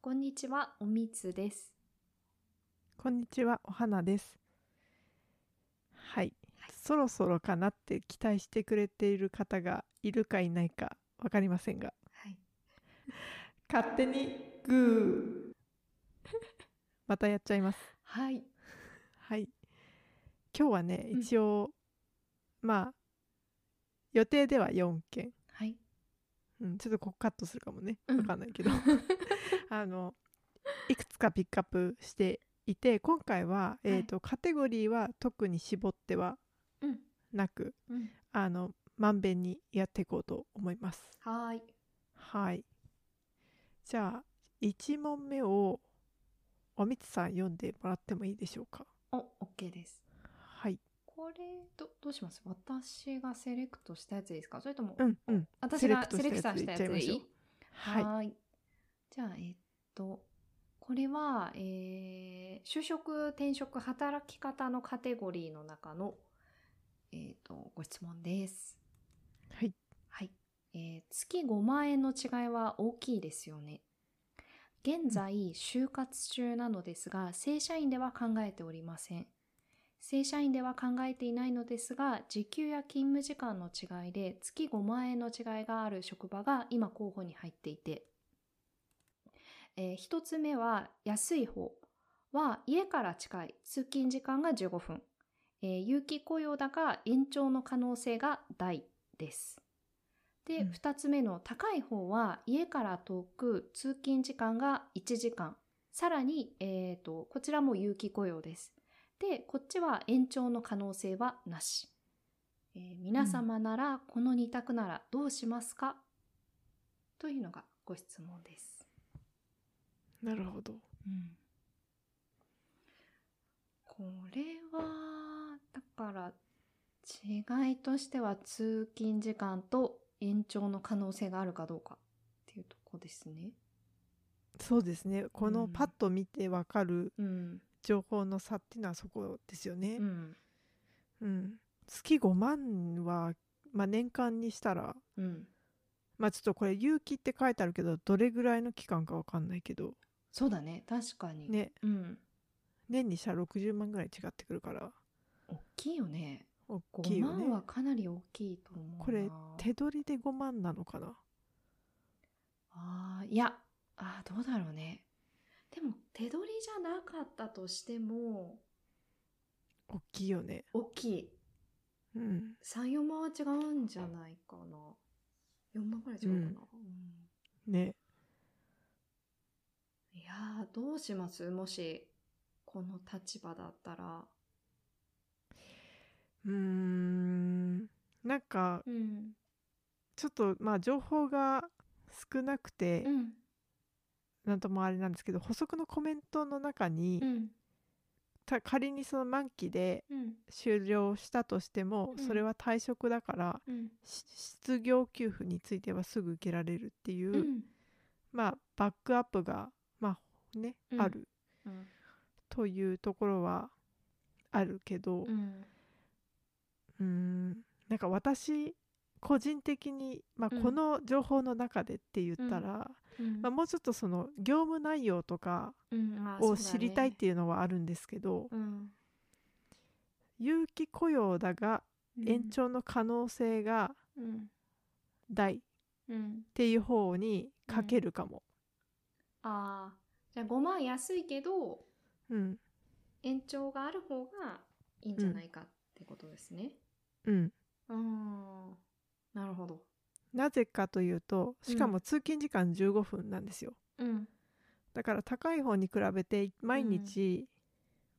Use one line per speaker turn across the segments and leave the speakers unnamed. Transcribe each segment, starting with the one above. こんにちは、おみつです。
こんにちは、お花です。はい、そろそろかなって期待してくれている方がいるかいないかわかりませんが、
はい。
勝手にグー。 またやっちゃいます。
はい。
はい。今日はね、
うん
一応、まあ予定では4件、
はい。
うん、ちょっとここカットするかもね、
うん
わかんない けど、あのいくつかピックアップしていて、今回は、えーとカテゴリーは特に絞っては
うん。
なく
うん。
あのまんべんにやっていこうと思います
はーい。
はいじゃあ1問目をおみつさん読んでもらってもいいでしょうか
お、オッケーです。
はい
これ、ど、どうします私がセレクトしたやつですかそれとも、
うんうん
私がセ
セ
レ
レ
ク
ク
ターし
トしたた
や
や
つ
つ
でい
いっちゃいましょ
いう
はい
ーじゃあ、えっと、これは、えー就職、転職、働き方のカテゴリーの中の、えっと、ご質問です。
はい
はい。えー月5万円の違いは大きいですよね。現在、就活中なのですが、正社員では考えておりません。正社員では考えていないのですが、時給や勤務時間の違いで月5万円の違いがある職場が今候補に入っていて、え1つ目は安い方は家から近い通勤時間が15分、えー有期雇用だが延長の可能性が大です。で、
うん
2つ目の高い方は家から遠く通勤時間が1時間さらに、えー、とこちらも有期雇用です。でこっちは延長の可能性はなし。えー皆様ならこの2択ならどうしますか、というのがご質問です。
なるほど
これはだから違いとしては通勤時間と延長の可能性があるかどうかっていうとこですね。
そうですねこ
う
の
ん
パッと見てわかる
うん、
情報の差っていうのはそこですよね
うん、
うん月5万は、まあ、年間にしたら
うん、
まあちょっとこれ有期って書いてあるけどどれぐらいの期間かわかんないけど
そうだね確かに、
ね
うん、
年にしたら60万ぐらい違ってくるから
大きいよね
大
5
きいよね
万はかなり大きいと思うな
これ手取りで5万なのかな
あーいやあーどうだろうねでも手取りじゃなかったとしても
大きいよね
大きい
うん
34万は違うんじゃないかな4万ぐらい違うかな、うん
ね
いやーどうしますもしこの立場だったら
うーんなんか
うん
ちょっとまあ情報が少なくて
うん
なんともあれなんですけど補足のコメントの中に
うん
た仮にその満期で
うん
終了したとしても
うん
それは退職だから
うん
し失業給付についてはすぐ受けられるっていうう、
ん
まあバックアップがまあね、
うん
ある
うん
というところはあるけ
う
ど、
ん
うーんなんか私個人的に、まあ、
うん
この情報の中でって言ったら、
うん
まあ、もうちょっとその業務内容とか
うんあーそ
を
うだね
知りたいっていうのはあるんですけど、
うん
有期雇用だが
うん
延長の可能性が
うん
大っ
うん
ていう方にかけるかも。
ああじゃあ5万安いけど
うん、
延長がある方がいいんじゃないかってことですね。
うん
うん、なるほど。
なぜかというとしか
う
も通勤時間15分なんですよ。
うん
だから高い方に比べて毎日、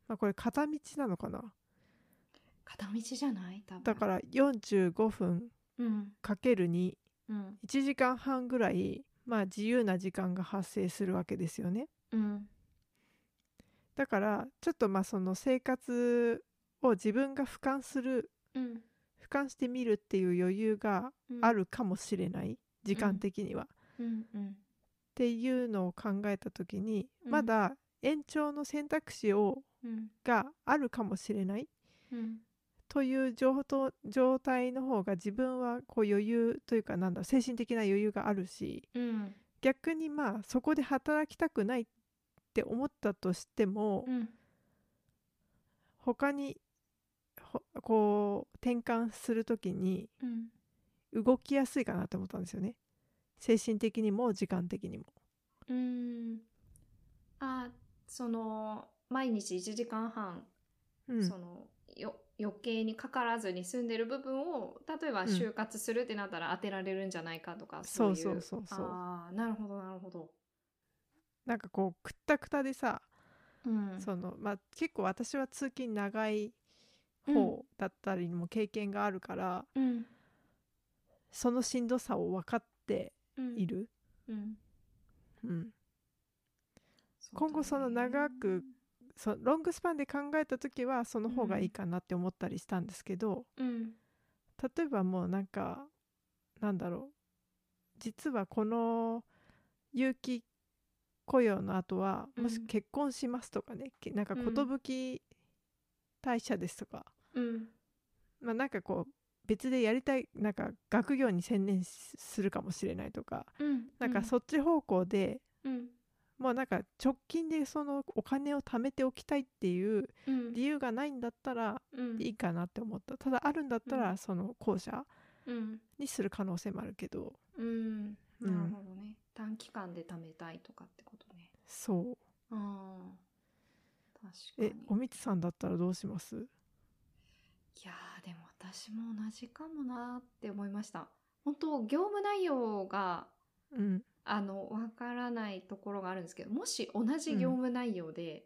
まあこれ片道なのかな
片道じゃない多分。、
だからら45分
うん
かけるに
うん
1時間半ぐらい、まあ、自由な時間が発生するわけですよね
うん
だからちょっとまあその生活を自分が俯瞰する
うん
俯瞰してみるっていう余裕が
うん
あ。るかもしれない時間的には、っ
うんうん
ていうのを考えた時に
うん
まだ延長の選択肢を
うん
があるかもしれない
うん
という状と状態の方が自分はこう余裕というかなんだろう精神的な余裕があるし
うん
逆にまあそこで働きたくないって思ったとしても、
うん
他にほこう転換する時に
うん
動きやすいかなと思ったんですよね精神的にも時間的にも
うーんあその毎日1時間半、
うん
そのよ余計にかからずに住んでる部分を例えば
うん
就活するってなったら当てられるんじゃないかとか、
そ
そうういう
そうそうそう
あーなるほどなるほど、
なんかこうくったくたでさ、
うん、
そのまあ結構私は通勤長い
うん
方だったりも経験があるから、
うん、
そのしんどさを分かって
うん
い、る、
うん、
う
う
ん、
だね
今後その長くそロングスパンで考えた時はその方がいいかなって思ったりしたんですけど、
うん
例えばもうなんかなんだろう実はこの有期雇用の後はもし
うん
結婚しますとかね、けなんか
うん
寿退社ですとか、
うん
まあなんかこう別でやりたいなんか学業に専念しするかもしれないとか
うん
なんかそっち方向で、
うん
もうなんか直近でそのお金を貯めておきたいっていう
うん
理由がないんだったら
うん
いいかなって思ったただあるんだった
う
らその後者
うん
にする可能性もあるけど
うん
う
なんるほどね短期間で貯めたいとかってことね
そう
ああ確
え
かに
おみつさんだったらどうします
いやーでも私も同じかもなーって思いました本当業務内容が
うん
あのわからないところがあるんですけどもし同じ業務内容で、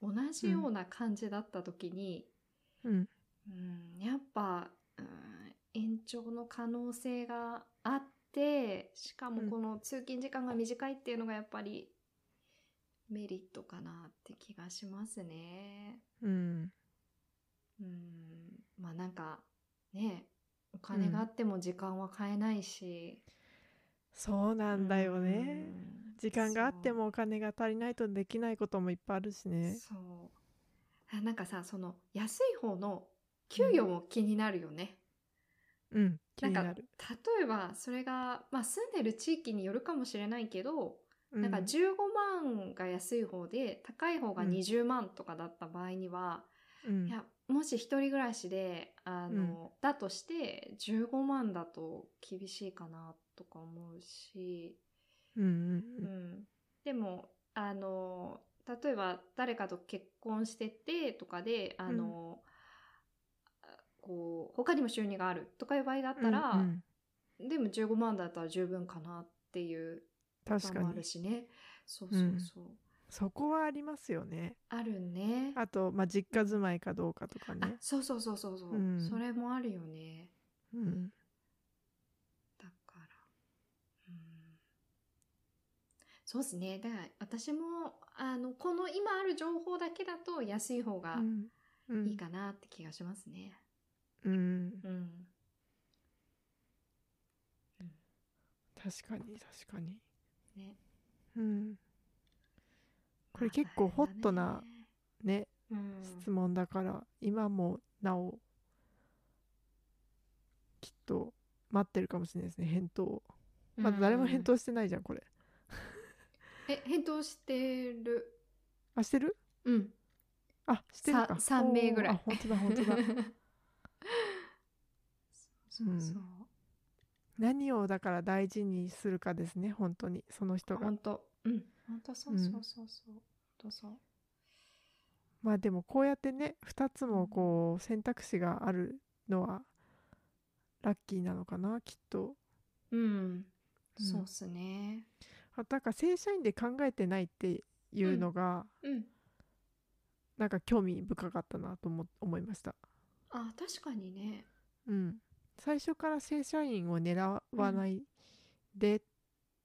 同じような感じだった時に、
うん
うん、やっぱ、うん、延長の可能性があってしかも
うん
この通勤時間が短いっていうのがやっぱりメリットかなって気がしますね。
うん
うん、まあなんかねお金があっても時間は買えないし、
そうなんだよね
うん
時間があってもお金が足りないとできないこともいっぱいあるし
そう
ね
そうあなんかさその安い方の給与も気になるよね。
うん気
なん
に
か
なる
例えばそれが、まあ、住んでる地域によるかもしれないけど、
う
なんか15万が安い方で高い方が
うん
20万とかだった場合には、
うん
いやもし一人暮らしであの、だとして15万だと厳しいかなとか思うし、
うん
うんでもあの例えば誰かと結婚しててとかであの、あこう他にも収入があるとかいう場合だっ
うん
たら。
うんうん
でも15万だったら十分かなっていう
確か
もあ
に
るしね。そうそうそう。
そこはありますよね
あるね。
あとまあ実家住まいかどうかとか
あ
ね
そうそうそうそうそう、
うん
それもあるよね。
うん
だから。うん、そうですね。だから私もあのこの今ある情報だけだと安い方が
うんうん
いいかなって気がしますね。
うん
うん。
確かに確かに
ね。
うんこれ
まあ
結構ホット
大
な
変だね
ね
うん、
質問だから今もなおきっと待ってるかもしれないですね返答をまだ誰も返
う
答してないじゃんこれ
んえ返答してる。
あしてる
うん。
あしてるか
さ三名ぐらい
おーあ本当だ 本当だ
そうそうそう。
何をだから大事にするかですね本当にその人が
本当うん本当そううんそうそうそう、本当そう
まあでもこうやってね2つもこう選択肢があるのはラッキーなのかなきっと
うん、
うん
そうっすね
あだから正社員で考えてないっていうのが、
うん
なんか興味深かったなと思思いました
あ確かにね
うん、最初から正社員を狙わないでっ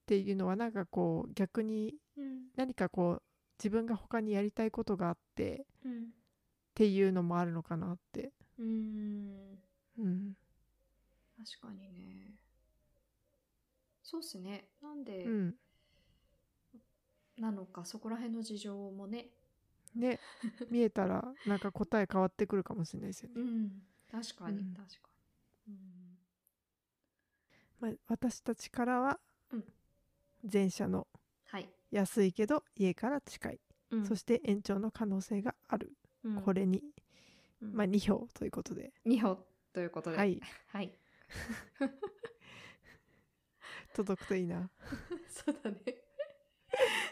ていうのはなんかこう逆に
うん
何かこう自分が他にやりたいことがあってっ
うん
ていうのもあるのかなって、
うん
うん
確かにねそうっすねなんで
うん、
なのか、そこら辺の事情もね
ね見えたらなんか答え変わってくるかもしれないですよね、
ん確かに、
うん
確かに
まあ、私たちからは、
うん
前者の
はい。
安いけど家から近い、
うん
そして延長の可能性がある、
うん
これに、
うん
まあ、2票ということで、
二票ということで。
は。い
はい。
届くとい いな
そう だね。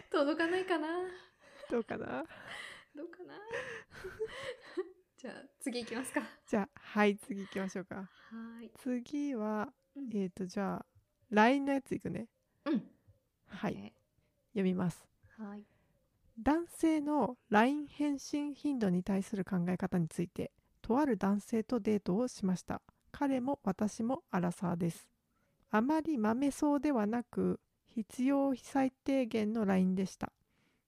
届かないかな
どうかな
どうかな じゃあ、次行きますか。は
じゃあはい次行きましょうか
ーい。
次は
うん
えっ、とじゃあ LINE のやついくね
うん。
はい、
え
読みます
はい。
男性の LINE 返信頻度に対する考え方についてとある男性とデートをしました彼も私もアラサーですあまり豆そうではなく必要最低限の LINE でした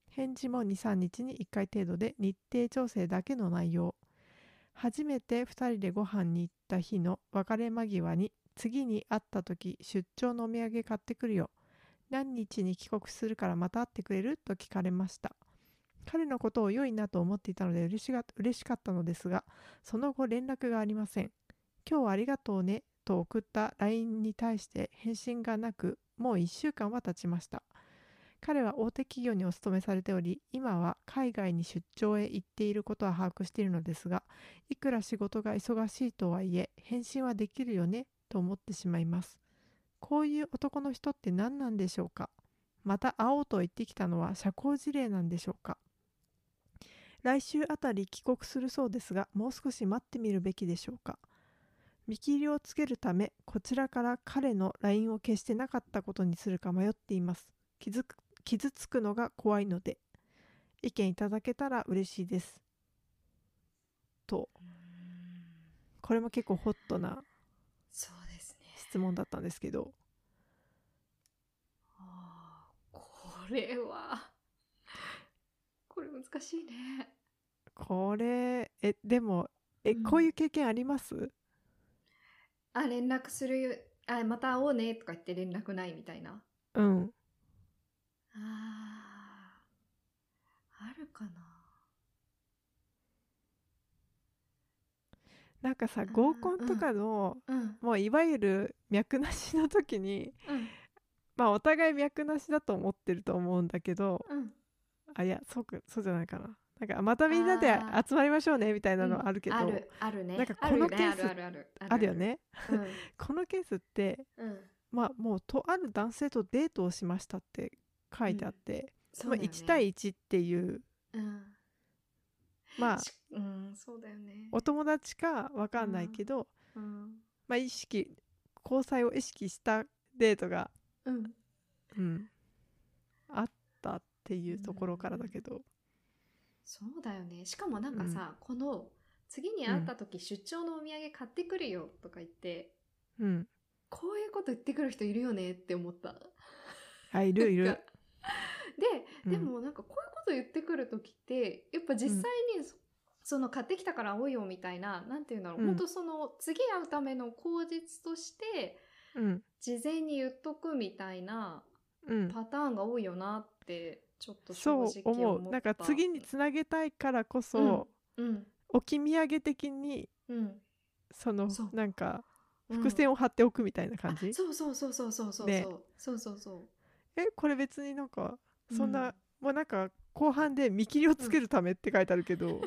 返事も23日に1回程度で日程調整だけの内容初めて2人でご飯に行った日の別れ間際に次に会った時出張のお土産買ってくるよ何日に帰国するからまた会ってくれると聞かれました彼のことを良いなと思っていたので嬉しが嬉しかったのですがその後連絡がありません今日はありがとうねと送った LINE に対して返信がなくもう1週間は経ちました彼は大手企業にお勤めされており今は海外に出張へ行っていることは把握しているのですがいくら仕事が忙しいとはいえ返信はできるよねと思ってしまいますこういう男の人って何なんでしょうかまた会おうと言ってきたのは社交辞令なんでしょうか来週あたり帰国するそうですがもう少し待ってみるべきでしょうか見切りをつけるためこちらから彼の LINE を消してなかったことにするか迷っています傷く傷つくのが怖いので意見いただけたら嬉しいですとこれも結構ホットな
そうですね。
質問だったんですけど
あーこれは、これ難しいね。
これえでもえ
うん
こういう経験あります、
あ、連絡するよ。あ、また会おうねとか言って連絡ないみたいな。
うん
あーあるかな
なんかさ
ー
合コンとかの、
うん
もういわゆる脈なしの時に
うん
まあお互い脈なしだと思ってると思うんだけど
うん
あいやそうかそうじゃないかななんかまたみんなで
あ
集まりましょうねみたいな
う
の
ん
あるけど、
あるあるね
なんか
あるよ
この
ね
ケース
あるあるある
あるよね
うん
このケースって
うん
まあもうとある男性とデートをしましたって書いてあって、
そう
ま
だ
あ
よね
1対1っていう
うん
まあ
しうんそうだよね
お友達かわかんないけど、
うん
まあ意識交際を意識したデートが、
うん
うん、あったっていうところからだけど、
そうだよねしかもなんかさこの次に会った時出張のお土産買ってくるよとか言って
うん、
こういうこと言ってくる人いるよねって思った
あいるい
なん
る
か。で
うん
でもなんかこういうこと言ってくる時ってやっぱ実際にそ,、の買ってきたから会おうよみたいななんていうんだろう、
うん
本当その次会うための口実として
うん
事前に言っとくみたいな
うん、
パターンが多いよなってちょっと正
そ
直思
う思
った
うなんか次につなげたいからこそ、
うん
置き土産的に
うん
その
そう
なんか
うん
伏線を張っておくみたいな感じ、
あそうそうそうそうそうそうそう、
ね
そうそうそ
えこれ別になんか
う
そんな、
うん
もうなんか後半で見切りをつけるためって書いてある けど、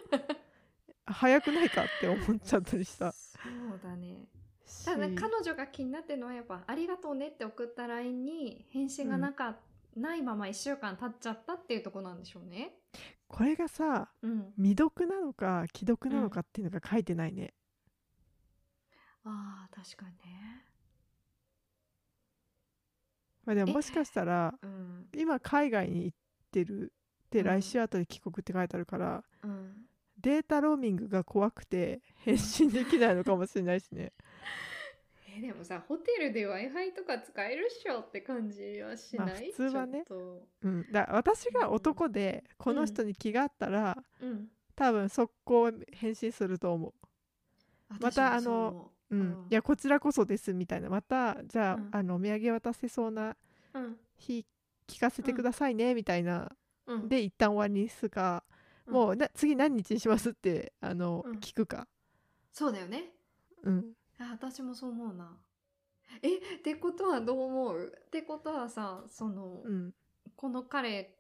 早くないかって思っちゃったりした。
そうだね
した
だ彼女が気になってるのはやっぱ「ありがとうね」って送った LINE に返信がなか、ないまま1週間経っちゃったっていうとこなんでしょうね。
これがさ
うん、
未読なのか既読なのかっていうのが書いてないね、
ああ確かにね。
まあ、でも
え
もしかしたら
うん
今海外に行ってるで
うん
来週あたり帰国って書いてあるから、
うん、
データローミングが怖くて返信できないのかもしれないし ね
えでもさホテルで w i f i とか使えるっしょって感じはしない、
まあ普通はね
ちょっ
うんだから私が男でこの人に気があったら、
と、うん、
多分速攻返信すると思ま
私
た
もそう思
う、うん
うん
いやこちらこそですみたいなまたじゃあ,、
うん
あのお土産渡せそうな
ううん
日聞かせてくださいね、みたいな
うん、
で一旦終わりにするか、
うん
もうな次何日にしますってあの、
うん
聞くか、
そうだよね
うん、
あ私もそう思うなえってことはどう思うってことはさその、
うん、
この彼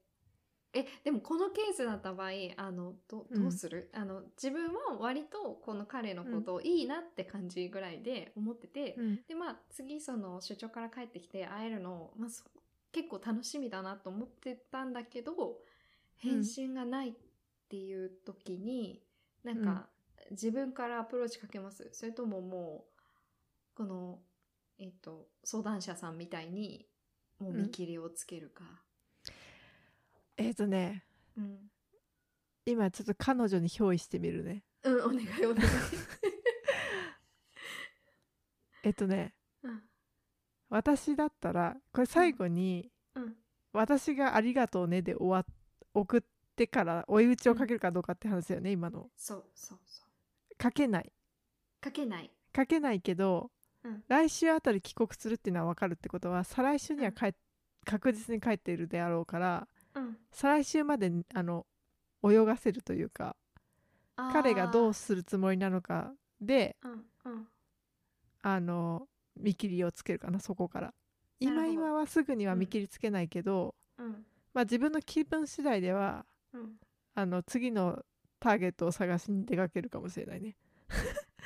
えでもこのケースだった場合あのど
うん
どうする、あの自分は割とこの彼のことをいいなって感じぐらいで思ってて、
うん、
でまあ次その出張から帰ってきて会えるのを、まあ、そ結構楽しみだなと思ってたんだけど返信がないっていう時に、なんか自分からアプローチかけますそれとももうこの、えっと相談者さんみたいにもう見切りをつけるか。
えっ、とね
うん、
今ちょっと彼女に憑依してみるね
うん、お願いお願い。
えっ、とね
うん、
私だったらこれ最後に
うん、
私が「ありがとうね」で終わ送ってから追い打ちをかけるかどうかって話だよね今の
そうそうそう。
かけない
かけない。
かけないけど、
うん
来週あたり帰国するっていうのは分かるってことは再来週には帰っ確実に帰っているであろうから
うん、
再来週まであの泳がせるというか
あー
彼がどうするつもりなのかで
うん、うん、
あの見切りをつけるかなそこから
なるほ
今
ど
今はすぐには
うん
見切りつけないけど、
うん、
まあ自分の気分次第では
うん。
あの次のターゲットを探しに出かけるかもしれないね。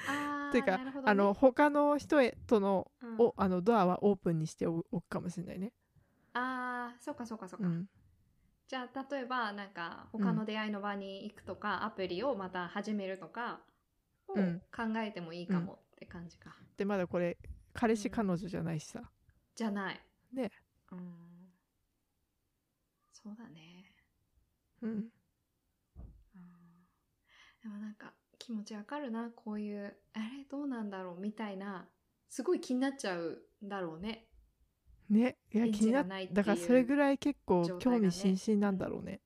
ああ、
ていうか、
なるほどね
あの、他の人へとの
うん
をあのドアはオープンにしておおくかもしれないね。
ああ、そうかそうかそう
う
か。
ん、
じゃあ、例えば、なんか、他の出会いの場に行くとか、アプリをまた始めるとか、を
うん
考えてもいいかもって感じか。
でまだこれ彼氏
うん
彼女じゃないしさ。
じゃない。
ね。
うん。そうだね。
うん、
うんでもなんか気持ちわかるなこういうあれどうなんだろうみたいなすごい気になっちゃうんだろうね
ねいや
返
気
事
にな
が
っ
ないっていう
だからそれぐらい結構
状態が
興
ね
味津々なんだろうね。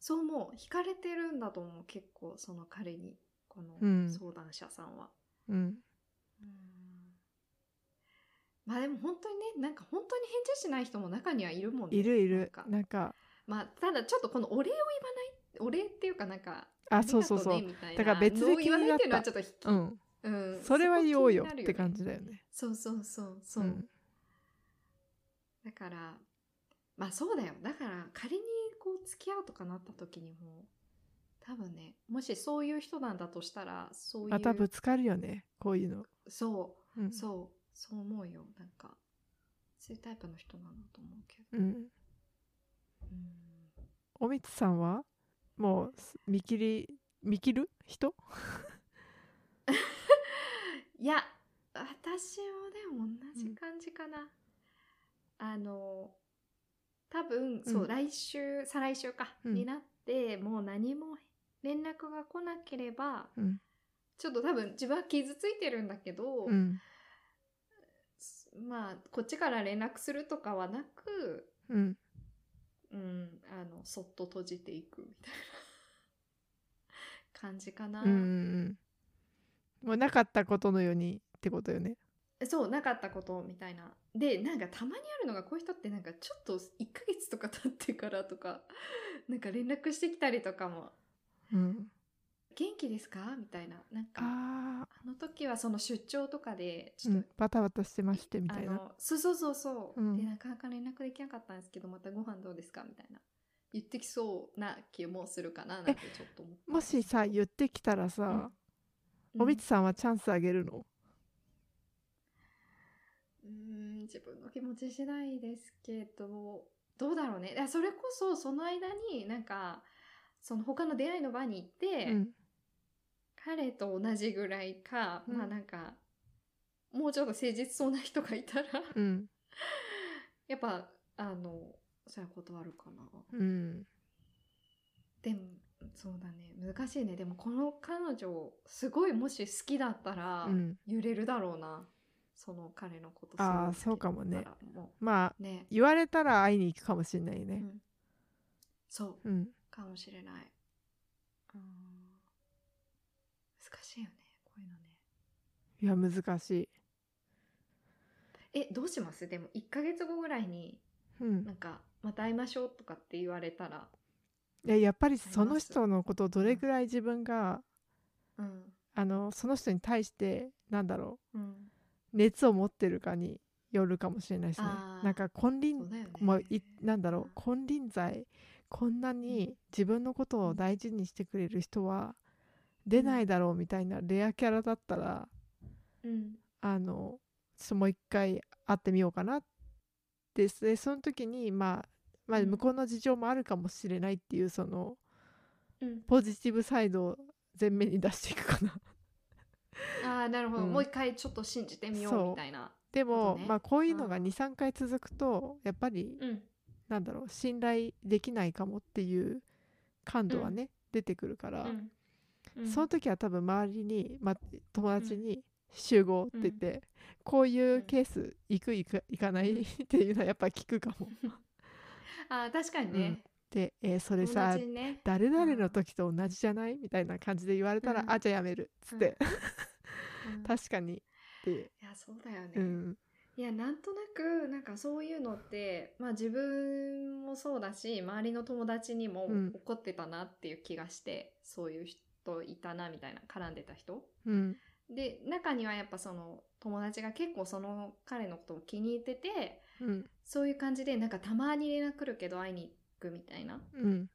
そう思う惹かれてるんだと思う結構その彼にこの
うん
相談者さんは、
うん、
うんまあでも本当にねなんか本当に返事しない人も中にはいるもんね
いるい
なん
る
か
なんか
まあただちょっとこのお礼を言わないお礼っていうかなんか
あ
りがと
そうそうそう、
ねみたいな
だから別で
のを言わない
気になった
っていうのはちょっと引き、
うん、
うん
それは言おうよ
そこ気になる
って感
ね
じだよね。
そうそうそうそう、
ん
だからまあそうだよだから仮にこう付き合うとかなった時にも多分ねもしそういう人なんだとしたらそういう
またぶつかるよねこういうの。
そううんそうそう思うよなんかそういうタイプの人なんだと思うけど
うん、
うん
おみつさんはもうす見切り見切る人
いや私もでも同じ感じかな、あの多分そう、
うん
来週再来週か、
うん
になってもう何も連絡が来なければ
うん、
ちょっと多分自分は傷ついてるんだけど、
うん
まあこっちから連絡するとかはなく、
うん、
うん、あのそっと閉じていくみたいな感じかな、
うんうんうんもうなかったことのようにってことよね。
そうなかったことみたいなでなんかたまにあるのがこういう人ってなんかちょっと1ヶ月とか経ってからとか なんか連絡してきたりとかも
うん、
「元気ですか?」みたいななんかあ
あ
の時はその出張とかでち
ー、う
ょっと、
ん、バタバタしてましてみたい
あ
な。
のそうそうそうそう、
うん
でなかなか連絡できなかったんですけどまたご飯どうですかみたいな言ってきそうな気もするかななんてちょっと思っ
もしさ言ってきたら
た
さ、おみつさんはチャンスあげるの
うんうん自分の気持ち次第ですけどどうだろうねいやそれこそその間になんかその他の出会いの場に行って、
うん
彼と同じぐらいか、
うん
まあなんかもうちょっと誠実そうな人がいたら
うん
やっぱあのそれは断るかな。
うん
でもそうだね難しいねでもこの彼女すごいもし好きだったら
うん
揺れるだろうな、その彼のこと
あー
すごい好きだったら
そうか
も
まあ
うね
言われたら会いに行くかもしれないうね。
ん、そう
うん、
かもしれないうん難しいよねこういうのね
いや難しい。
えどうしますでも1ヶ月後ぐらいに
うん
な、んかまた会いましょうとかって言われたら
いややっぱり
ます
その人のことをどれぐらい自分が、
うん
あのその人に対してなんだろ
うん
う熱を持ってるかによるかもしれないですね
あー
なんか金輪
そうだよね
もういなんだろう
あ
金輪際こんなに自分のことを大事にしてくれる人は出ないだろうみたいなレアキャラだったら
うん
あのちょっともう一回会ってみようかなってでその時にまあまあ
うん
向こうの事情もあるかもしれないっていうその
うん
ポジティブサイドを前面に出していく かな
ああなるほど、
うん
もう一回ちょっと信じてみよ
そう
うみたいな
でも、
そうね
まあこういうのが
うん
23回続くとやっぱり
うん
なんだろう信頼できないかもっていう感度はね、出てくるから、
うん
その時は多分周りに、ま、友達に集合って言って、こういうケース行く行く行かないっていうのはやっぱ聞くかも。
あー確かにね、
で、えーそれ
友
さ
達にね
誰々の時と同じじゃないみたいな感じで言われたら、
うん
あじゃあやめるっつって、
うんい
確かにって、
やそうだよね、
うん
いやなんとなくなんかそういうのってまあ自分もそうだし周りの友達にも
うん
怒ってたなっていう気がして、そういう人いたなみたいな絡んでた人
うん
で中にはやっぱその友達が結構その彼のことを気に入ってて
うん
そういう感じでなんかたまに連絡来るけど会いに行くみたいな
うん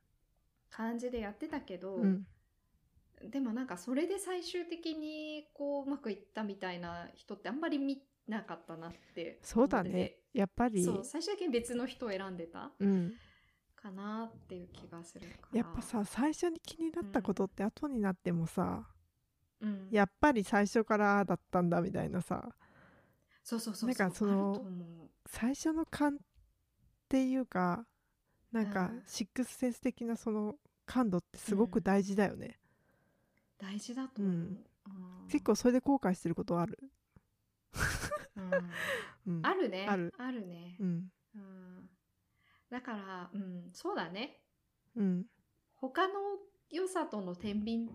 感じでやってたけど、
うん
でもなんかそれで最終的にこううまくいったみたいな人ってあんまり見なかったなって
そうだ
思って
ね
て
やっぱり
そう最終的に別の人を選んでた
うん、
かなっていう気がするから
やっぱさ最初に気になったことって後になってもさ、
うん、
やっぱり最初からああだったんだみたいなさ
そうそうそう
なんかそ
あ
の
ると思う
最初の勘っていうかなんか
うん
シックスセンス的なその感度ってすごく大事だよね、
大事だと思う、
うん
うん
結構それで後悔してることある、
うん
うん、
あるね
ある
ね、
うん
うん、だから、うん、そうだね
うん
他の良さとの天秤っ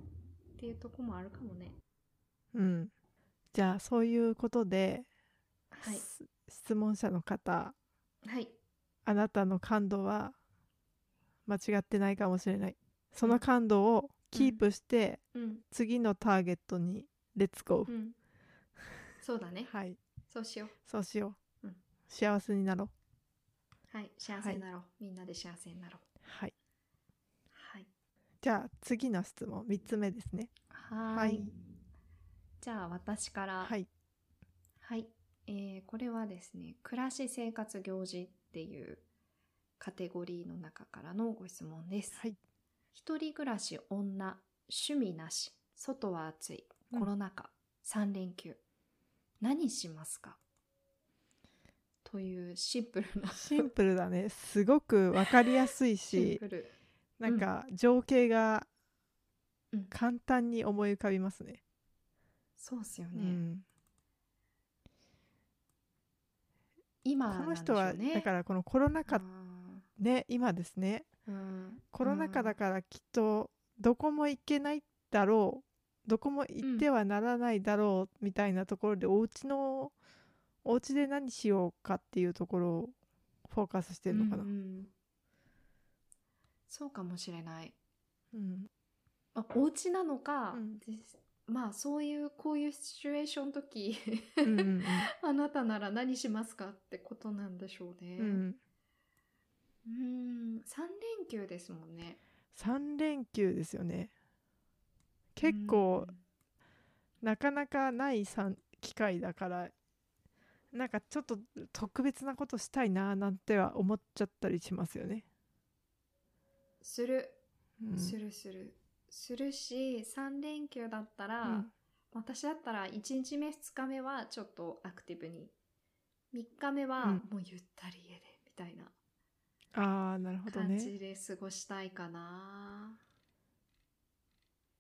ていうとこもあるかもね
うんじゃあそういうことで、
はい
す質問者の方
はい
あなたの感度は間違ってないかもしれないその感度をキープして、
うん
次のターゲットにレッツゴー、
うんそうだね
はい
そうしよ
そうしよう、
うん
幸せになろう
うはい幸せになろう、みんなで幸せになろう
はい
はい
じゃあ次の質問3つ目ですね
はーいじゃあ私から
はい
はい、えーこれはですね暮らし生活行事っていうカテゴリーの中からのご質問です、
はい
一人暮らし女趣味なし外は暑い
うん
コロナ禍、3連休何しますかというシンプルな
シンプルだねすごく分かりやすい
シン
し
プル
なんか情景が
うん
簡単に思い浮かびますね、
そうっすよね、
うん
今
こ
なん
の
でしょ
人
う
は
ね
だからこのコロナ禍
あ
ね今ですね
ーうん
コロナ禍だからきっとどこも行けないだろうどこも行ってはならないだろうみたいなところでお家のお家で何しようかっていうところをフォーカスしてるのかな
うんう。んそうかもしれない
うん
まあ、お家なのか、
うん
ですまあそういうこういうシチュエーションの時
うんうん
あなたなら何しますかってことなんでしょうね。
うんうん
うーん3連休ですもんね。
3連休ですよね結構なかなかないさん機会だからなんかちょっと特別なことしたいなーなんては思っちゃったりしますよね。
する
うん
するするするし3連休だったら、
うん
私だったら1日目2日目はちょっとアクティブに3日目は
うん
もうゆったり家でみたいな
ああなるほど
感
ね。
じで過ごしたいかな、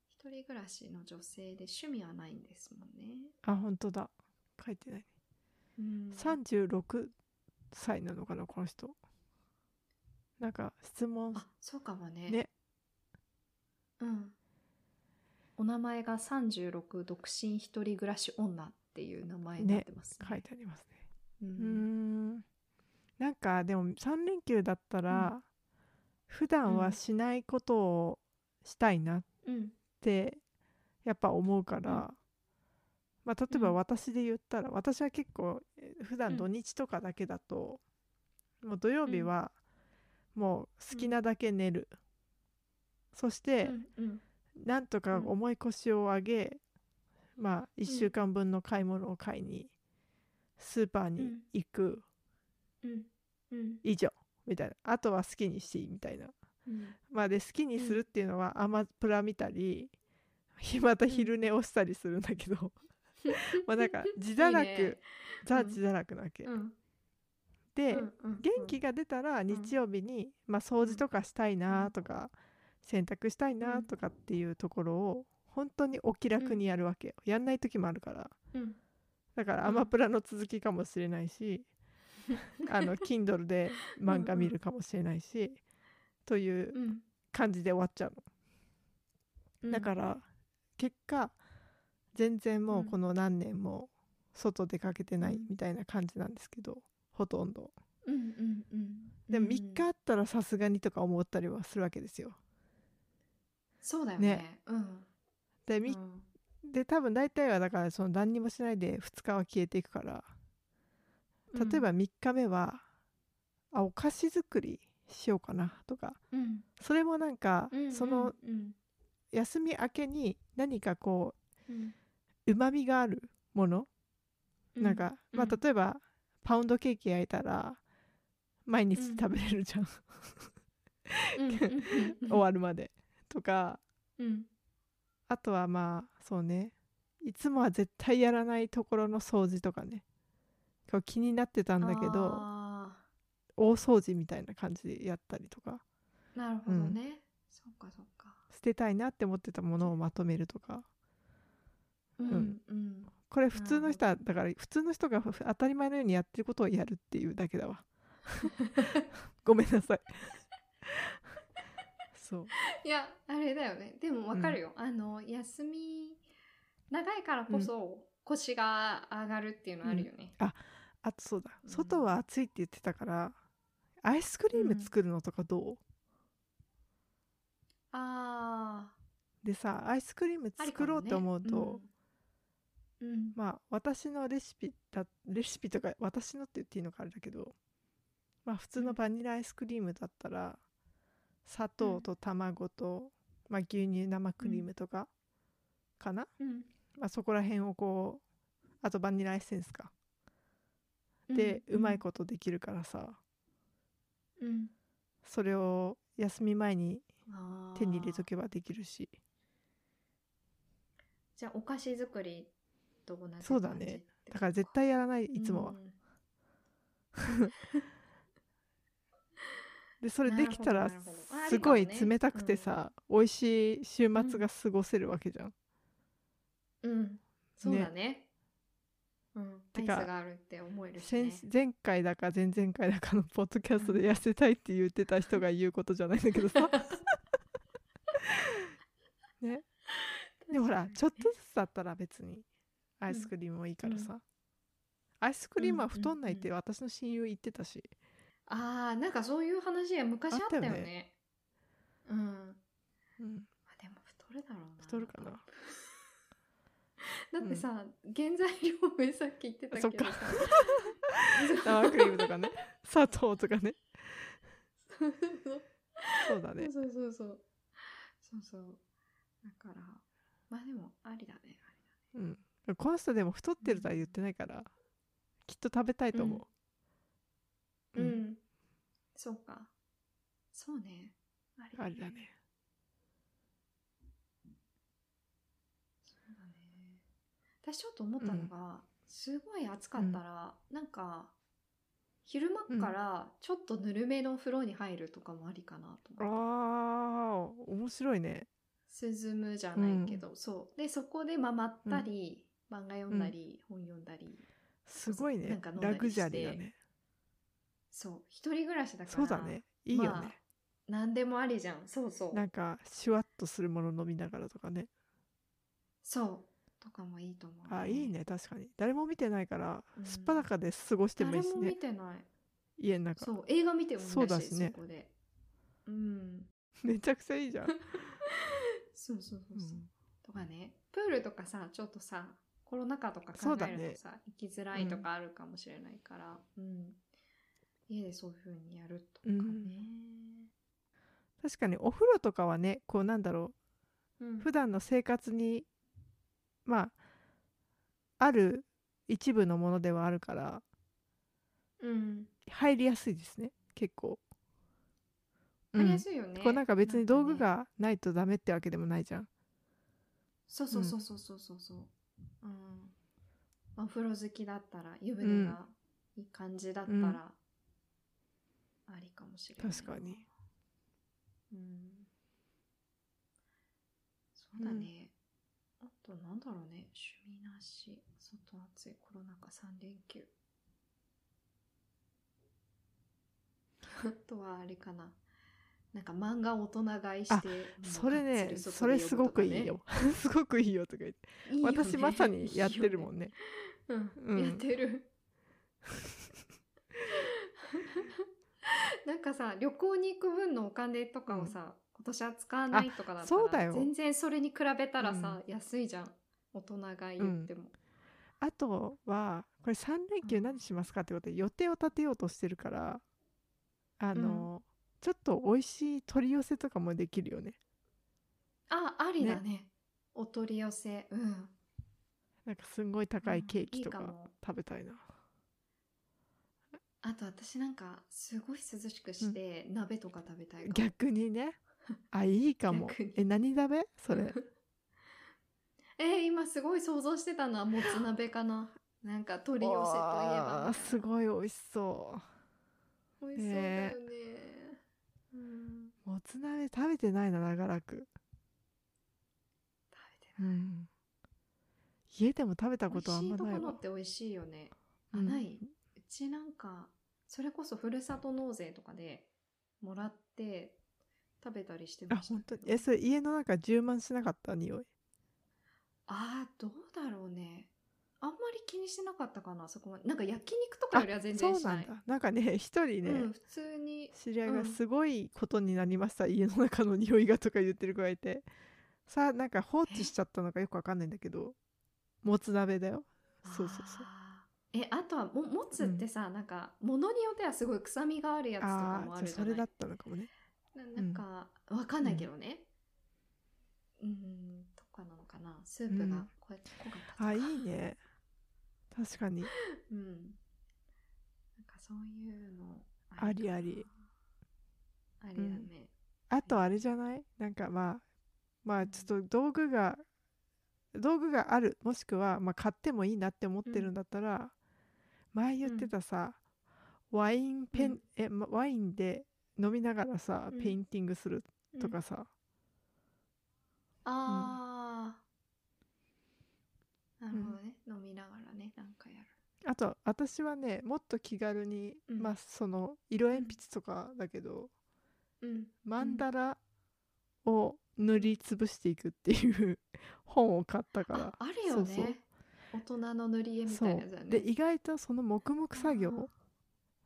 一人暮らしの女性で趣味はないんですもんね、
あ本当だ書いてない、
うん、
36歳なのかなこの人なんか質問
あそうかもね
ね
うんお名前が36独身一人暮らし女っていう名前になってますね
書いてありますね
う
うー
ん
んなんかでも3連休だったら、普段はしないことをしたいなっ
うん
てやっぱ思うから、まあ、例えば
うん
私で言ったら、私は結構えー普
うん
段土日とかだけだと、もう土曜日はもう好きなだけ寝る、そして
うん
なんとか
うん
重い腰を上げ、まあ1週間分の買い物を買いにスーパーに行く、
うんうん
以上みたいなあとは好きにしていいみたいな
うん
まあで好きにするっていうのはアマプラ見たり、また昼寝をしたりするんだけど まあなんか自堕落
いいね
ザ
うん
自堕落なわけ、
うん
で、
うんうん
元気が出たら日曜日に、まあ、掃除とかしたいなとか、洗濯したいなとかっていうところを本当にお気楽にやるわけよ、やんない時もあるから
うん
だか
うん
らアマプラの続きかもしれない し、あの Kindle で漫画見るかもしれないしという
うん
感じで終わっちゃうの。
うん
だから結果全然も
う
うんこの何年も外出かけてな
う
い
ん
みたいな感じなんですけどほとんど
うんうんうん
でも
うん
3日あったらさすがにとか思ったりはするわけですよ
そうだよねうん
で
う
み
ん
で多分大体はだからその何にもしないで2日は消えていくから例えば3日目はあお菓子作りしようかなとか
うん
それもなんか
うん
その
うん
休み明けに何かこ
うん
ううまみがあるもの
うん
なんか、
うん
まあ例えばパウンドケーキ焼いたら毎日
うん
食べれるじゃん、
うんうんうんうん
終わるまでとか
うん
あとはまあそうねいつもは絶対やらないところの掃除とかねこう気になってたんだけど
あ
大掃除みたいな感じでやったりとか
ーなるほど
うん
ねそっかそっか
捨てたいなって思ってたものをまとめるとか
うんうん
これ普通の人はだから普通の人がふ当たり前のようにやってることをやるっていうだ けだわごめんなさいそう
いやあれだよねでもわかるよ、あの休み長いからこそ腰が上がるっていうのあるよね、
あとそうだ、
うん
外は暑いって言ってたからアイスクリーム作るのとかどう、
あ
でさアイスクリーム
あ
作ろうと思うと、
うん、うん
まあ私のレシピだレシピとか私のって言っていいのかあれだけどまあ普通
う
の
ん
バニラアイスクリームだったら砂糖と卵と、まあ、牛乳生クリームとかかな、
うん
まあ、そこら辺をこうあとバニラエッセンスか
うん
で、うまいことできるからさ
と、うん
それを休み前に
あー
手に入れとけばできるし
じゃあお菓子作りと同じ感じ
そうだねだから絶対やらないいつもは、
うん
でそれできた
な
ら
るほどなるほどあ
すご
あ
い
りかもね
冷たくてさ、美味しい週末が過ごせるわけじゃん、
うんそうだねうんア
て
イス
か
があるって思えるし
先
ね
前回だか前々回だかのポッドキャストで痩せたいって言ってた人が言うことじゃないんだけ どさねでもほらちょっとずつだったら別にアイスクリームもいいからさ、アイスクリームは太んないって私の親友言ってたし、
あーなんかそういう話昔あったよね
あったよね
うん
うん
まあでも太るだろうな
太るかな
だってさ、原材料名さっき言ってたけどさ
そっか生クリームとかね砂糖とかね
そうそう
そうだね
そうそうそうそうそうだからまあでもありだねあり
うんこの人でも太ってるとは言ってないからきっと食べたいと思う、
だね
う
うん、そうかそうねあり
あれだね
そうだね私ちょっと思ったのが、すごい暑かったら、なんか昼間からちょっとぬるめのお風呂に入るとかもありかなと
あ
思って
ー面白いね
涼むじゃないけど、そうでそこでまあまったり、漫画読んだり、本読んだり
すごい
なん
ね
か飲んだ
ラ
りして
グジュアリーだね
そう一人暮らしだから
そうだねいいよね、
まあ何でもありじゃんそうそう
なんかシュワッとするもの飲みながらとかね
そうとかもいいと思う、
あいいね確かに誰も見てないから
うん
すっぱだかで過ごしてもい
誰
いし
も
ね
見てない
家の中
そう映画見てもいいんだし
そ
そう
だしね
こでうん
めちゃくちゃいいじゃん、
そうそうそう
う
そう、
ん
とかねプールとかさちょっとさコロナ禍とか
そ
考
うだ
える
ね
とさ、生きづらいとかあるかもしれないから、うん家でそういう風にやるとかね、
確かにお風呂とかはねこうなんだろ
うん
う普段の生活にまあある一部のものではあるから
うん
入りやすいですね結構。
入りや
い、
すいよね、
こうなんか別に道
な
具
んかね
がないとダメってわけでもないじゃん。
そうそう
うん
そうそうそうそうそううんお風呂好きだったら湯船がいい感じだったら、
うん
ありかもしれないな
確かに
うんそうだね、あとなんだろうね趣味なし外暑いコロナ禍3連休あとはあれかななんか漫画大人買いして
あ
もう
それ
が
ね
っつり
それすごく
外で
いい
読む
よ すごくいいよとか言って
とかねいいよね
私まさにやってるも
いいよね
んね。
うん、
うん
やってる なんかさ旅行に行く分のお金とかをさ、今年は使わないとかだったら
そうだよ
全然それに比べたらさ、安いじゃん大人が言っても、
あとはこれ3連休何しますかってことで予定を立てようとしてるからあの、ちょっと美味しい取り寄せとかもできるよね
あありだねお取り寄せうん
なんかすんごい高いケーキと
う
か
んいいかも
食べたいな、
あと私なんかすごい涼しくして、鍋とか食べたいかも
逆にねあいいかも
逆に
え何食べ それ
えー今すごい想像してたのはもつ鍋かななんか取り寄せといえば
あーすごい美味しそ
美味しそうだよね
ね、
うん
うもつ鍋食べてないな長らく、
食べて
うん、家でも食べた
美
こ
味
とはあん
しい
ま
と
な
こ
い
ろ
わ
って美味しいよね。あ、
うん
ないうちなんかそれこそふるさと納税とかでもらって食べたりして
あ
ました
本当にえそれ家の中充満しなかった匂い
あーどうだろうねあんまり気にしてなかったかなそこまでなんか焼肉とかよりは全然
そう
し
な
なんい
だなんかね 一人ね、
うん普通に
知り合いうが
ん
すごいことになりました、家の中の匂いがとか言ってる子がいてさあなんか放置しちゃったのかよくわかんないんだけどもつ鍋だよそうそうそう
あーえあとはももつってさ、なんかものによってはすごい臭みがあるやつとか
あ
も
あ
あ
ー
るじ
じゃあそ
ゃな
れ
い
だったのかもね
ななんか、わかんないけどね。うん、とかなのかな。スープ
う
が
ん
こうやって濃かったとか。
あいいね確かに
うん。なんかそういうの
あり
かな
あり。
ありだね。
あとあれじゃないなんかまあまあちょっと道具が道具があるもしくは、まあ、買ってもいいなって思ってるんだったら、前言ってたさ、ワインペン、
うん
えまワインで飲みながらさ、
うん
ペインティングする
うん
とかさ、
ああ、なるほどね。飲みながらね、なんかやる。
あと私はねもっと気軽に、
うん
まあその色鉛筆とかだけど、
うん。
マンダラを塗りつぶしていくっていう 本を買ったから。
あ、あるよね。
そうそう
大人の塗り絵みた
そ
いうなやつだね。
で意外とその黙々作
あー
業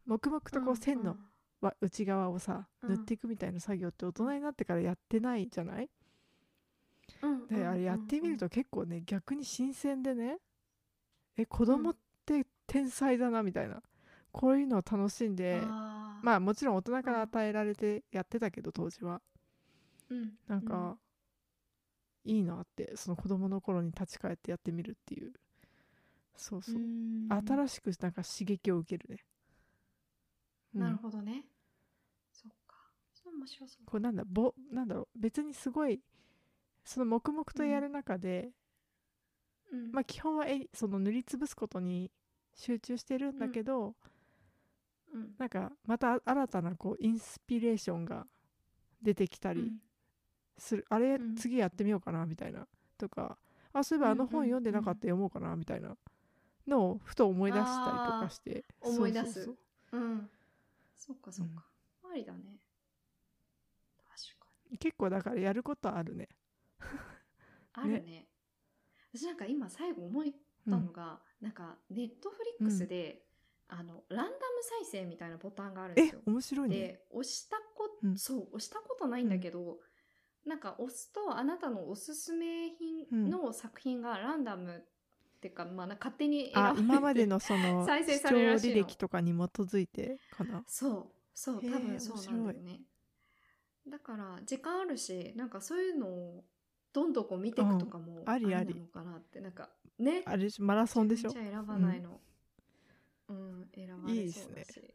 黙々とこう線
う
の
んうん
わ内側をさ
うん
塗っていくみたいな作業って大人になってからやってないじゃない
うん
であれやってみると結構ね逆に新鮮でねえ子供って天才だなみたいなこういうのを楽しんで
まあ
まあもちろん大人から与えられてやってたけど当時は
ー、うん
なん
う
かいいなってその子供の頃に立ち返ってやってみるっていうそうそう
うん
新しくなんか刺激を受けるね。うん
なるほどね。そっか。それ面白そう。
こうなんだぼなんだろう別にすごいその黙々とやる中で、
うん
まあ基本はえその塗りつぶすことに集中してるんだけど、
うん
なんかまた新たなこうインスピレーションが出てきたりする、あれ
うん
次やってみようかなみたいなとかあそういえばあの
うんうん
本読んでなかった読もうかなみたいなのをふと思い出したりとかして
あー思い出す
そうそうそう
うん。うん。そっかそっか。ありだね。確か
結構だからやることあるね。
に。あるね。私なんか今最後思ったのが、なんかネットフリックスで、あの、ランダム再生みたいなボタンがあるんで
え
すよ。
面白いね。
で、押したこ、
うん
そう、押したことないんだけど、なんか押すとあなたのおすすめ
うん
品の作品がランダムっていうか、まあ、な勝手に選ば
あ
れて
今まで のその
再生
視
さ
聴
れるらしいの
履歴とかに基づいてかな
そうそう
へー
多分そうなんだ
面
よ
白
ねだから時間あるしなんかそういうのをどんどんこう見ていくとかも
ありあり
なのかなってなんかね
あれでしょマラソンでしょ
自、分じゃ選ばないのうん、選ばれそうだし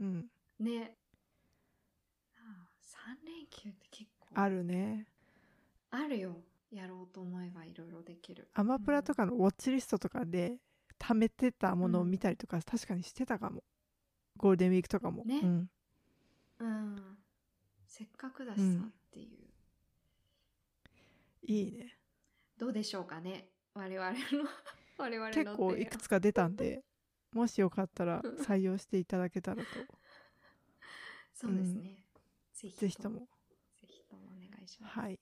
うん、
ねああ3連休って結構
あるね
あるよやろうと思えばいろいろできる
アマプラと
か、
かのウォッチリストとかで貯めてたものを見たりとか、確かにしてたかもゴールデンウィークとかも、
ね
うん、
うん、せっかくだしさ
うん
っていう、
いいね
どうでしょうかね我々の 我々の
結構
提
い
案
くつか出たん でもしよかったら
うん
採用していただけたらと
そうです
うん
ね、ぜひ
ぜひとも
ぜひともお願いします。
はい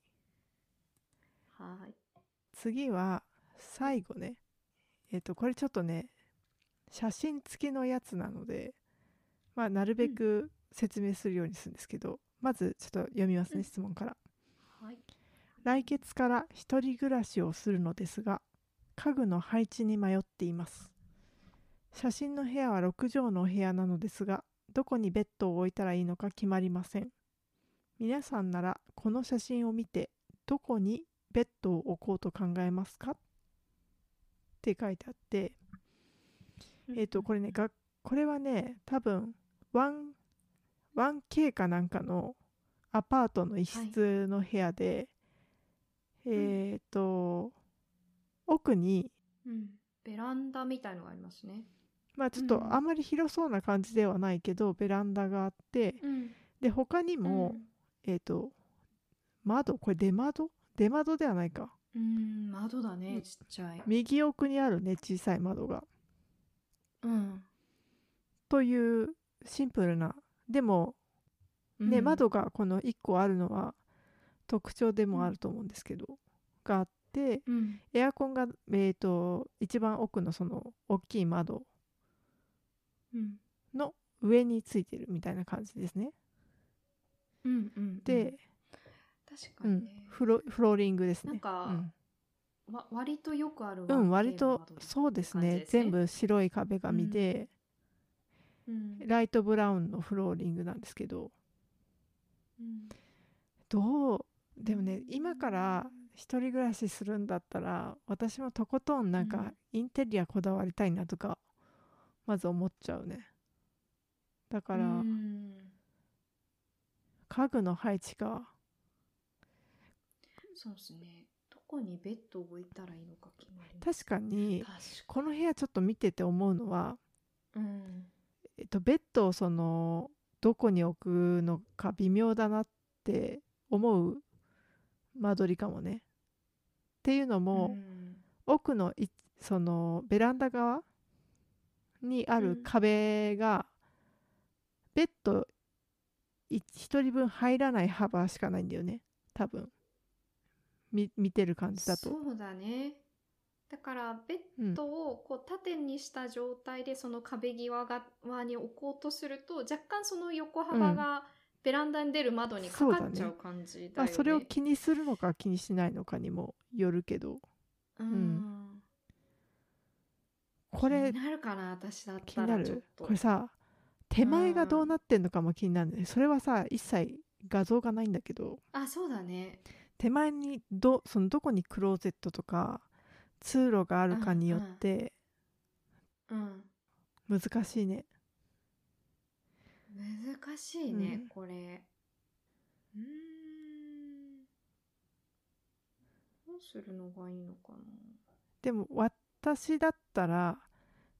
はーい。
次は最後ねえっ、とこれちょっとね写真付きのやつなのでまあなるべく説明するようにするんですけど、まずちょっと読みますね、
うん
質問から
はい。
来月から一人暮らしをするのですが家具の配置に迷っています写真の部屋は6畳のお部屋なのですがどこにベッドを置いたらいいのか決まりません皆さんならこの写真を見てどこにベッドを置こうと考えますかって書いてあってえっ、とこれねがこれはね多分 1- 1K かなんかのアパートの一室の部屋で、えっ、と奥に
うん。ベランダみたいのがありますね。
まあちょっ
うん
とあまり広そうな感じではないけど、ベランダがあって
うん。
で他にも、えっ、と窓これ出窓出窓ではないか
うん、うん、窓だね、
うん
ちっちゃい。
右奥にあるね小さい窓が
うん。
というシンプルなでもね、
うん。
窓がこの1個あるのは特徴でもあると思うんですけど、があって
うん。
エアコンが、えー、と一番奥のその大きい窓
うん。
の上についてるみたいな感じですね。
うん。うん。
で、
確か
うん
にね。
フロフローリングですね。
なんか
うん
わ割とよくある
うん
1K の
割と
窓
そうです
って
ね
感じですね
全部白い壁紙で、
うん。
ライトブラウンのフローリングなんですけど
うん
どうでもね今から一人暮らしするんだったら私もとことんなん
う
か
ん
インテリアこだわりたいなとかまず思っちゃうねだか
う
ら
ん
家具の配置か
そうですね。どこにベッドを置いたらいいのか決まります。
確かに
確
この部屋ちょっと見てて思うのは、
かに。うん。
えっと、ベッドをそのどこに置くのか微妙だなって思う間取りかもねっていうの
う
も、
ん
奥のいそのベランダ側にあ
う
る
ん
壁が、ベッド1人分入らない幅しかないんだよね多分み見てる感じだと
そうだねだからベッドをこう縦にした状態でその壁際側に置こうとすると若干その横幅がベランダに出る窓にかかっちゃう感じだよね。
まあ、それを気にするのか気にしないのかにもよるけど
うん
これ
気になるかな私だっ
気
た
にな
らちょっ
る
と。
これさ手前がどうなってんのかも気になるんだよねそれはさ一切画像がないんだけど
あそうだね。
手前にどそのどこにクローゼットとか通路があるかによって
うん
難しいね、
難しいね、
うん
これ。うーんどうするのがいいのかな。
でも私だったら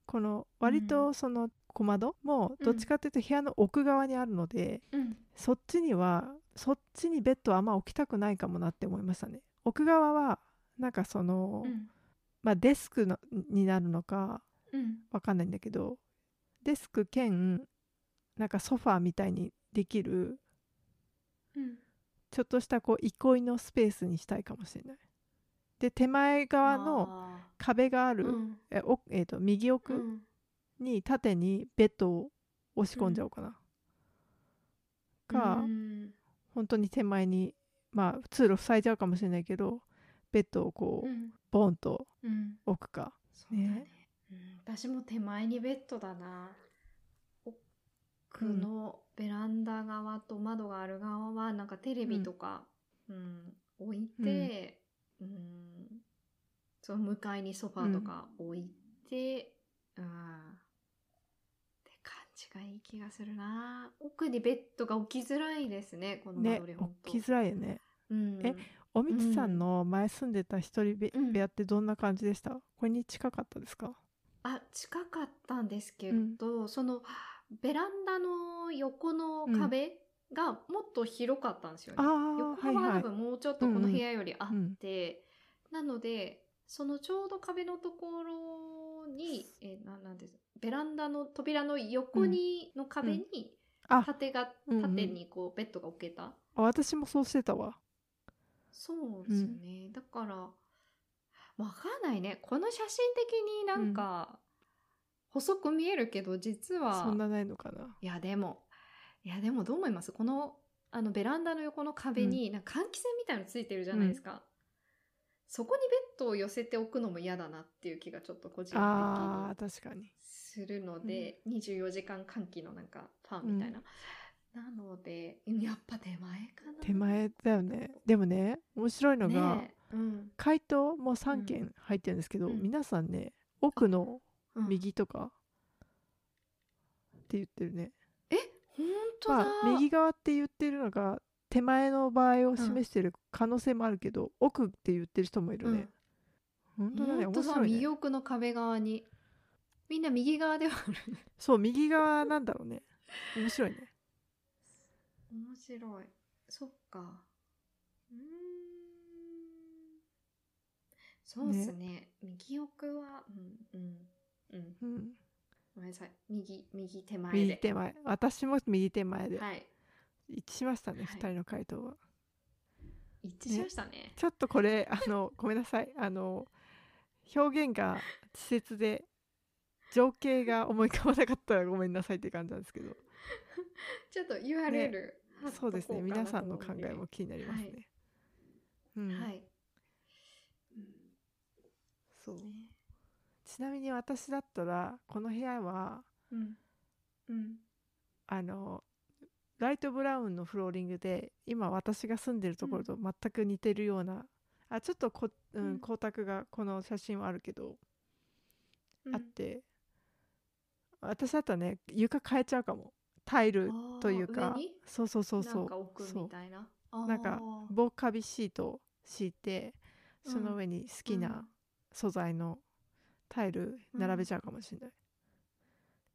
この割
う
とその小窓もどっちかっていうと部屋の奥側にあるので、
うん
そっちにはそっちにベッドはあんま置きたくないかもなって思いましたね奥側はなんかその、
うん
まあデスクのになるのか
うん
わかんないんだけどデスク兼なんかソファーみたいにできる
うん
ちょっとしたこう憩いのスペースにしたいかもしれないで手前側の
あ
壁があ
ー
る
うん
えおえーと右
う
奥
ん
に縦にベッドを押し込んじゃおうかな、か、
うん
本当に手前にまあ通路塞いじゃうかもしれないけどベッドをこう
うん
ボンと
うん
置くか
そうだね
ね
うん、私も手前にベッドだな奥のベランダ側と窓がある側はなんかテレビとか、うん置いて、うんその向かいにソファーとか置いて、うんって感じがいい気がするな奥にベッドが置きづらいですねこの間
ね
取り、
置
本当
きづらいよね
うん、
えおみつさんの前住んでた一人べ
うん
部屋ってどんな感じでしたこれに近かったですか
あ近かったんですけど、そのベランダの横の壁がもっと広かったんですよね。
あ
横
あはい
幅は
は
多
い
分もうちょっとこの部屋よりあって、なのでそのちょうど壁のところにえななんですベランダの扉の横に、の壁に
あ
縦が
うんうん
縦にこうベッドが置けた、
あ私もそうしてたわ
そうですよね、だからわかんないねこの写真的になんか、細く見えるけど実は
そんなないのかない
やでもいやでもどう思いますこのあのベランダの横の壁になんか換気扇みたいのついてるじゃないですか、そこにベッドを寄せておくのも嫌だなっていう気がちょっと個人的
あ
に
ー確かに
するので、24時間換気のなんかファンみたいな、なのでやっぱ手前かな
手前だよねでもね面白いのが、
ねえうん
回答も3件入ってるんですけど、
うん
皆さんね奥の
うん、
右とかって言ってるね、
本当
ま
だ、
あ右側って言ってるのが手前の場合を示してる可能性もあるけど、奥って言ってる人もいるね、本当だね
本当
面
だ、
白い
右
ね
奥の壁側にみんな右側ではある
そう右側なんだろうね面白いね
面白いそっかうーんそうっすね右奥はうんうんうん
うん
ごめんなさい右右手前で
右手前私も右手前で
はい
一致しました
は
ね、
い
2人の回答は
一致しましたね
ちょっとこれあのごめんなさいあの表現が稚拙で情景が思い浮かばなかったらごめんなさいって感じなんですけど
ちょっと URL、貼っとこ
そうですね
かな
皆さんの
と
考
思うんで
えも気になりますね、
はい
うん、
はい、うん
そう
ね
ちなみに私だったらこの部屋は
うんうん
あのライトブラウンのフローリングで今私が住んでるところと全く似てるような、あちょっとこ、
う
う、
んん
光沢がこの写真はあるけど、
うん
あって私だったらね床変えちゃうかもタイルという
あー
か
上に
そうそうそう
な
そ
ん
う
か置く
そ
み
う
たいなあー
なんか防カビシートを敷いてその
うん
上に好きな素材のタイル並べちゃうかもしれない、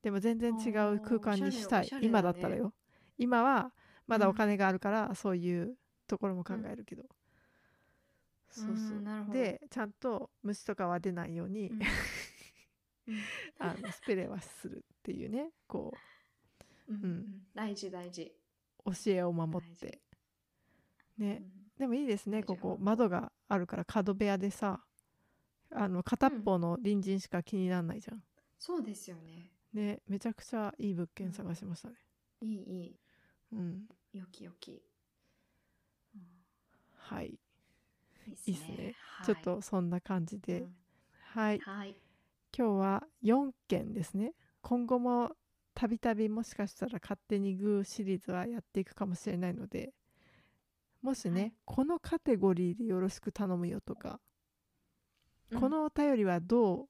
でも全然違う空間にした
お
い
しゃれおしゃれだね
今だったらよ今はまだ
うん
お金があるからそういうところも考えるけど、
うん
そうそううん
なるほど
でちゃんと虫とかは出ないように、
うんうん
あのスプレーはするっていうねこ
うん
うん
うん大事大事
う教えを守って
う
ね
ん
でもいいですね
大
こ
事
こ窓があるから角部屋でさあの片っぽの隣人しか気にならないじゃん、
そうですよね
ねめちゃくちゃいい物件探しましたね
いいい
うん、
いよきよき、うん
はい、
いいっ
いいっすね
はい
ちょっとそんな感じで、
うん
はい
はい
今日は4件ですね今後もたびたびもしかしたら勝手にグーシリーズはやっていくかもしれないのでもしね、
はい
このカテゴリーでよろしく頼むよとか
うん
このお便りはどう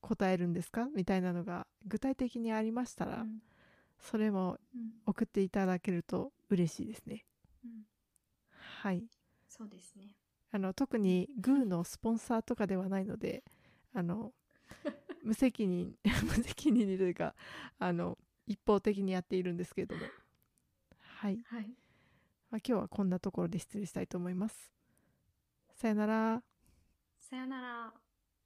答えるんですかみたいなのが具体的にありました
う
ら、
ん
それも
うん
送っていただけると嬉しいですね。
うん
はい。
そうですね
あの特にグーのスポンサーとかではないので、 あの無責任 無責任にというかあの一方的にやっているんですけれども、はい。
はい
まあ、今日はこんなところで失礼したいと思います。さよなら。
さよなら